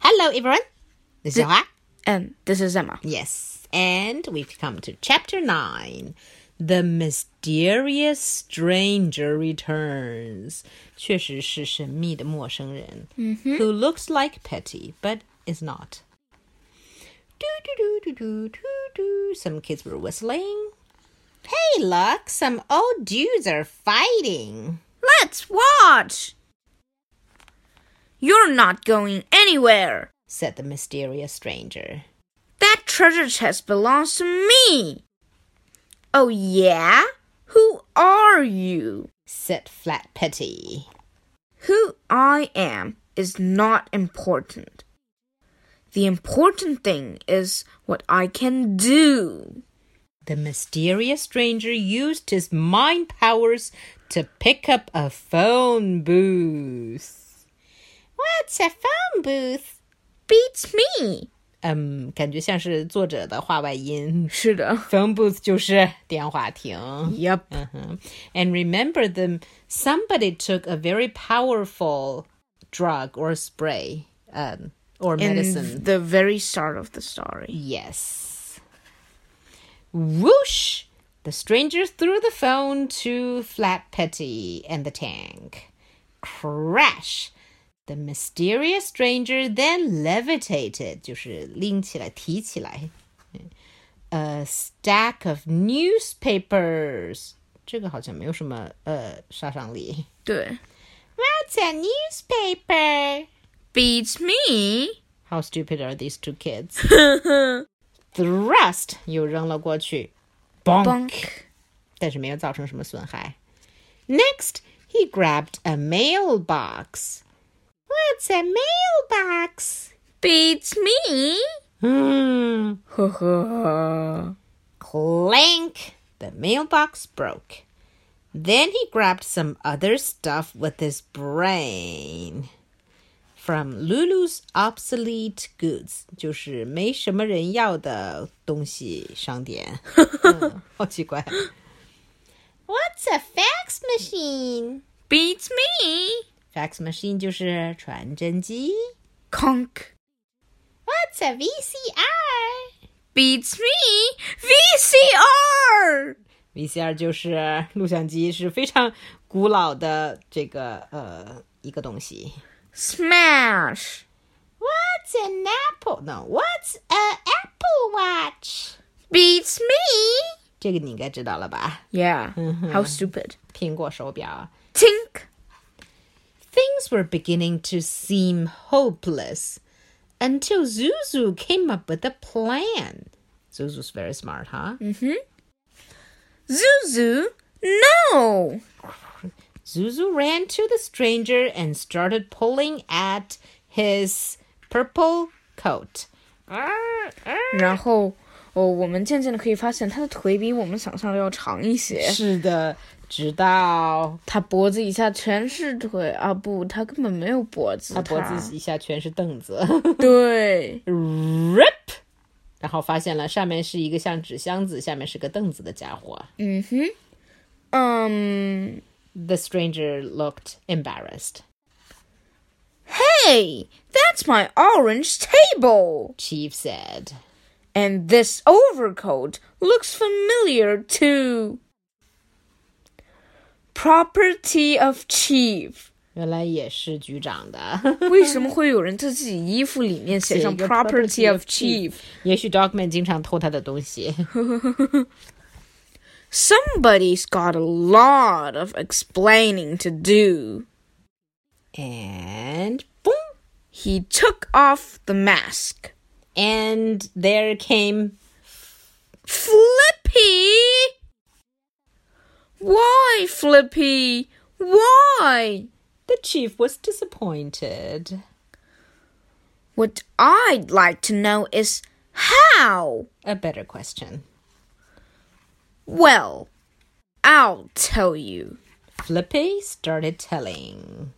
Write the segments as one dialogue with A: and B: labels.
A: Hello, everyone. This is Ella.
B: And this is Emma.
A: Yes, and we've come to chapter 9. The mysterious stranger returns. 确实是神秘的陌生人 who looks like Petty but is not. Do, do, do, do, do, do, do. Some kids were whistling. Hey, look, some old dudes are fighting.
B: Let's watch! You're not going anywhere!
A: said the mysterious stranger.
B: That treasure chest belongs to me! Oh, yeah? Who are you?
A: said Flat Petty.
B: Who I am is not important. The important thing is what I can do.
A: The mysterious stranger used his mind powers to pick up a phone booth. What's a phone booth?
B: Beats me!
A: 嗯，感觉像是作者的话外音。
B: 是的。
A: Phone booth 就是电话亭。
B: Yep.
A: Uh-huh. And remember, the somebody took a very powerful drug or spray, um, or medicine.
B: In the very start of the story.
A: Yes. Whoosh! The stranger threw the phone to Flat Petty and the tank. Crash! The mysterious stranger then levitated, 就是拎起来,提起来, a stack of newspapers. 这个好像没有什么呃杀伤力。What's a newspaper?
B: Beats me!
A: How stupid are these two kids? Thrust 又扔了过去，bonk，
B: Bonk.
A: 但是没有造成什么损害。Next, he grabbed a mailbox. What's a mailbox?
B: Beats me!
A: 嗯。
B: Haha.
A: Clank! The mailbox broke. Then he grabbed some other stuff with his brain. From Lulu's obsolete goods，就是没什么人要的东西商店。 嗯好奇怪。What's a fax machine?
B: Beats me!
A: Fax machine 就是传真机。
B: Conk.
A: What's a VCR?
B: Beats me! VCR!
A: VCR 就是 录像机，是非常古老的这个呃一个东西。
B: Smash!
A: What's an apple? No, what's a Apple Watch?
B: Beats me!
A: 这个你应该知道了吧？
B: Yeah. How stupid.
A: 苹果手表。
B: Mm-hmm. Tink!
A: Things were beginning to seem hopeless until Zuzu came up with a plan. Zuzu's very smart, huh?
B: Zuzu! No!
A: Zuzu ran to the stranger and started pulling at his purple coat.
B: 然后，哦，我们渐渐的可以发现他的腿比我们想象的要长一些。
A: 是的，直到
B: 他脖子以下全是腿啊！不，他根本没有脖子，
A: 他脖子以下全是凳子
B: 对，
A: ，rip，然后发现了上面是一个像纸箱子，下面是个凳子的家伙。
B: 嗯、
A: The stranger looked embarrassed.
B: h e y that's my orange table,
A: Chief said.
B: and this overcoat looks familiar to property of chief。
A: 原来也是局长的，
B: 为什么会有人在自己衣服里面写上
A: 写一个
B: property
A: property
B: of
A: of
B: chief？
A: 也许 Dogman 经常偷他的东西。
B: Somebody's got a lot of explaining to do.
A: And boom,
B: He took off the mask.
A: and there came
B: Flippy? Why, Flippy? Why?
A: the chief was disappointed.
B: What I'd like to know is how.
A: A better question.
B: Well, I'll tell you.
A: Flippy started telling.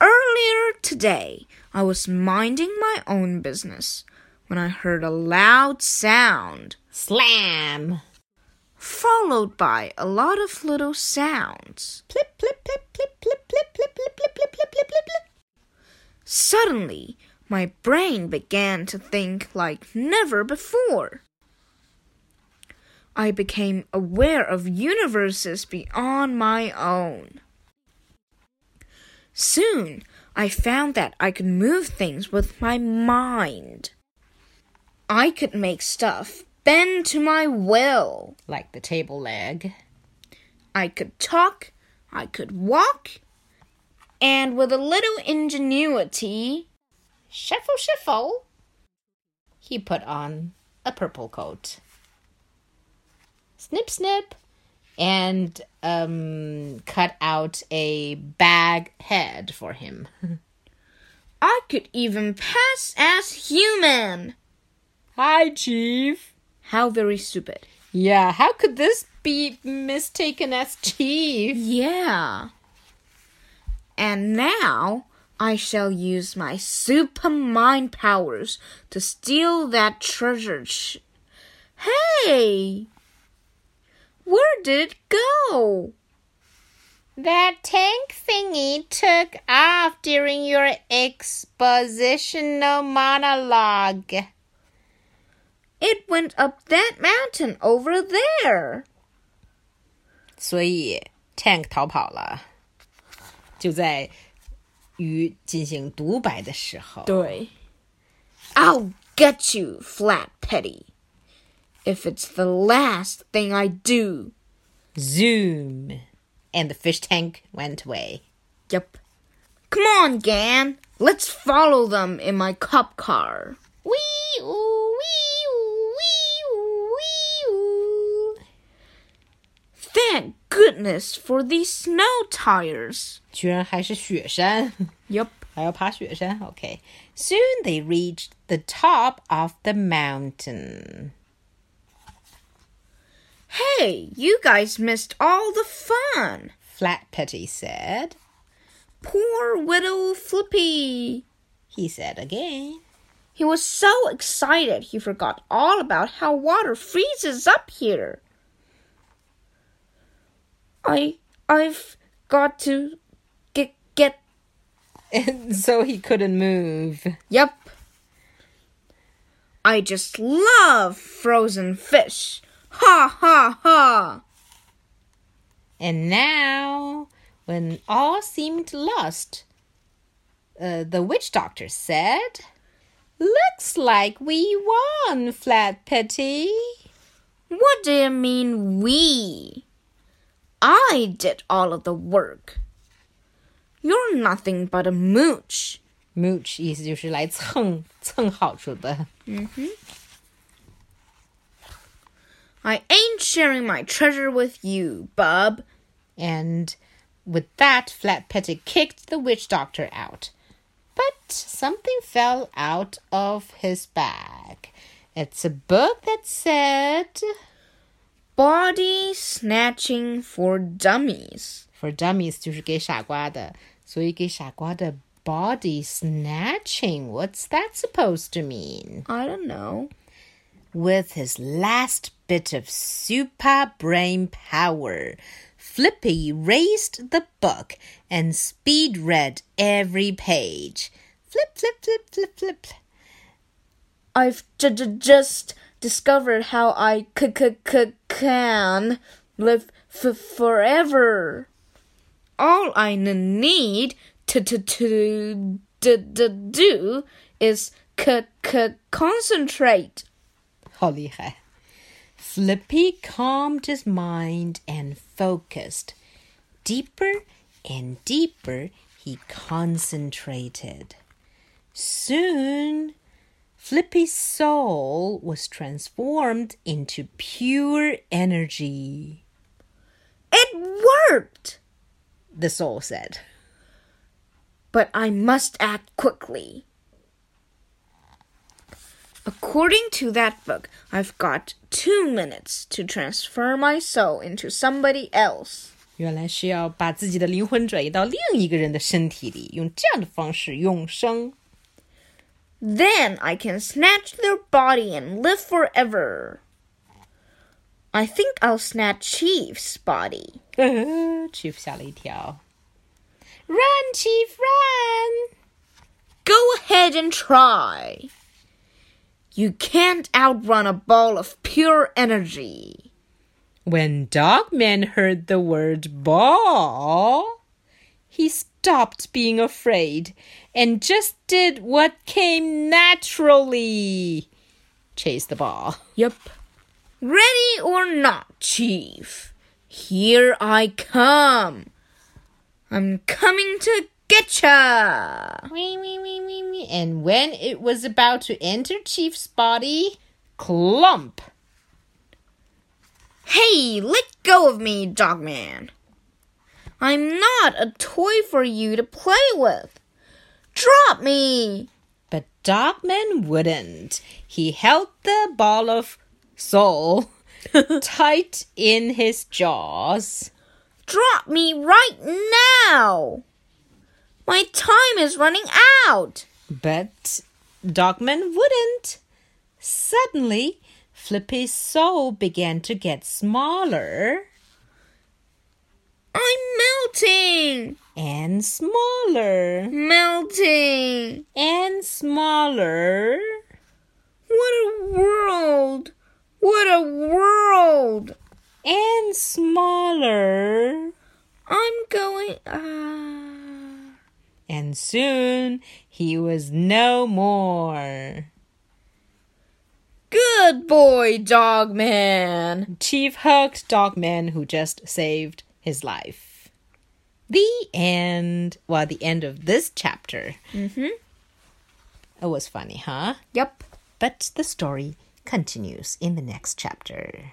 B: Earlier today, I was minding my own business when I heard a loud sound,
A: Slam!
B: followed by a lot of little sounds.
A: Plip, plip, plip, plip, plip, plip, plip, plip, plip, plip, plip, plip, plip.
B: Suddenly, my brain began to think like never before. I became aware of universes beyond my own. Soon, I found that I could move things with my mind. I could make stuff bend to my will.
A: like the table leg.
B: I could talk, I could walk, and with a little ingenuity,
A: Shuffle, shuffle. He put on a purple coat. Snip, snip, and um, cut out a bag head for him.
B: I could even pass as human.
A: Hi, Chief.
B: How very stupid.
A: Yeah, how could this be mistaken as Chief?
B: Yeah. And now I shall use my super mind powers to steal that treasure. Ch- hey! Where did it go?
A: That tank thingy took off during your expositional monologue.
B: It went up that mountain over there.
A: 所以 Tank 逃跑了，就在鱼进行独白的时候，
B: 对。I'll get you, Flat Petty. If it's the last thing I do.
A: zoom and the fish tank went away.
B: Yep. Come on, Gan. Let's follow them in my cop car.
A: Wee oo wee oo wee oo wee oo.
B: Thank goodness for these snow tires.
A: 居然还是雪山，
B: Yep.
A: 还要爬雪山。OK. Soon they reached the top of the mountain.
B: Hey, you guys missed all the fun.
A: Flat Petty said.
B: Poor little Flippy.
A: He said again.
B: He was so excited he forgot all about how water freezes up here. I I've got to get get
A: And so he couldn't move.
B: Yep. I just love frozen fish. Ha ha ha.
A: And now, when all seemed lost, uh, the witch doctor said, Looks like we won, Flat Petty.
B: What do you mean we? I did all of the work. You're nothing but a mooch.
A: Mooch 意思就是来蹭蹭好处的。
B: I ain't sharing my treasure with you, bub.
A: And with that, Flat Petty kicked the witch doctor out. But something fell out of his bag. It's a book that said,
B: Body snatching for dummies.
A: For dummies 就是给傻瓜的，所以给傻瓜的 body snatching. What's that supposed to mean?
B: I don't know.
A: With his last bit of super brain power, Flippy raised the book and speed read every page. Flip, flip, flip, flip, flip.
B: I've j- j- just discovered how I c- c- c- can live f- forever. All I n- need to to to d- d- do is c- c- concentrate.
A: 好厉害。Flippy calmed his mind and focused. Deeper and deeper he concentrated. Soon, Flippy's soul was transformed into pure energy,
B: It worked,
A: the soul said.
B: but I must act quickly. According to that book, I've got two minutes to transfer my soul into somebody else.
A: 原来是要把自己的灵魂转移到另一个人的身体里，用这样的方式永生。
B: Then I can snatch their body and live forever. I think I'll snatch Chief's body.
A: Chief 吓了一跳。Run, Chief, run!
B: Go ahead and try. You can't outrun a ball of pure energy.
A: When Dogman heard the word ball, he stopped being afraid and just did what came naturally chase the ball.
B: Yep. Ready or not, Chief, here I come. I'm coming to getcha.
A: Wee, wee, wee, wee, wee. And when it was about to enter Chief's body, clump!
B: Hey, let go of me, Dogman. I'm not a toy for you to play with. Drop me.
A: But Dogman wouldn't. He held the ball of soul tight in his jaws.
B: Drop me right now. My time is running out.
A: But Dogman wouldn't. Suddenly, Flippy's soul began to get smaller
B: I'm melting.
A: and smaller
B: Melting.
A: and smaller.
B: What a world. What a world.
A: and smaller.
B: I'm going. Ah.
A: And soon he was no more.
B: Good boy, Dogman.
A: Chief hugged Dogman, who just saved his life. The end. Well, the end of this chapter. Mm-hmm. It was funny, huh?
B: Yep.
A: But the story continues in the next chapter.